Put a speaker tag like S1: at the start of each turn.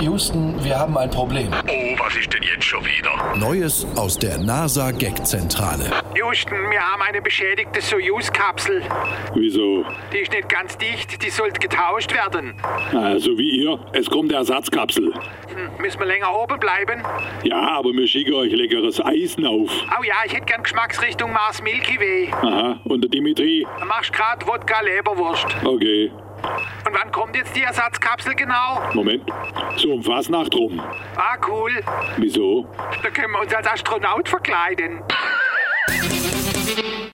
S1: Houston, wir haben ein Problem.
S2: Oh, was ist denn jetzt schon wieder?
S3: Neues aus der NASA-Gag-Zentrale.
S4: Houston, wir haben eine beschädigte Soyuz-Kapsel.
S5: Wieso?
S4: Die ist nicht ganz dicht, die sollte getauscht werden.
S5: Äh, so wie ihr, es kommt eine Ersatzkapsel.
S4: Hm, müssen wir länger oben bleiben?
S5: Ja, aber wir schicken euch leckeres Eisen auf.
S4: Oh ja, ich hätte gern Geschmacksrichtung Mars Milky Way.
S5: Aha, und der Dimitri?
S4: Dann Machst grad Wodka Leberwurst.
S5: Okay,
S4: Und wann kommt jetzt die Ersatzkapsel genau?
S5: Moment. So um Fasnacht rum.
S4: Ah, cool.
S5: Wieso?
S4: Da können wir uns als Astronaut verkleiden.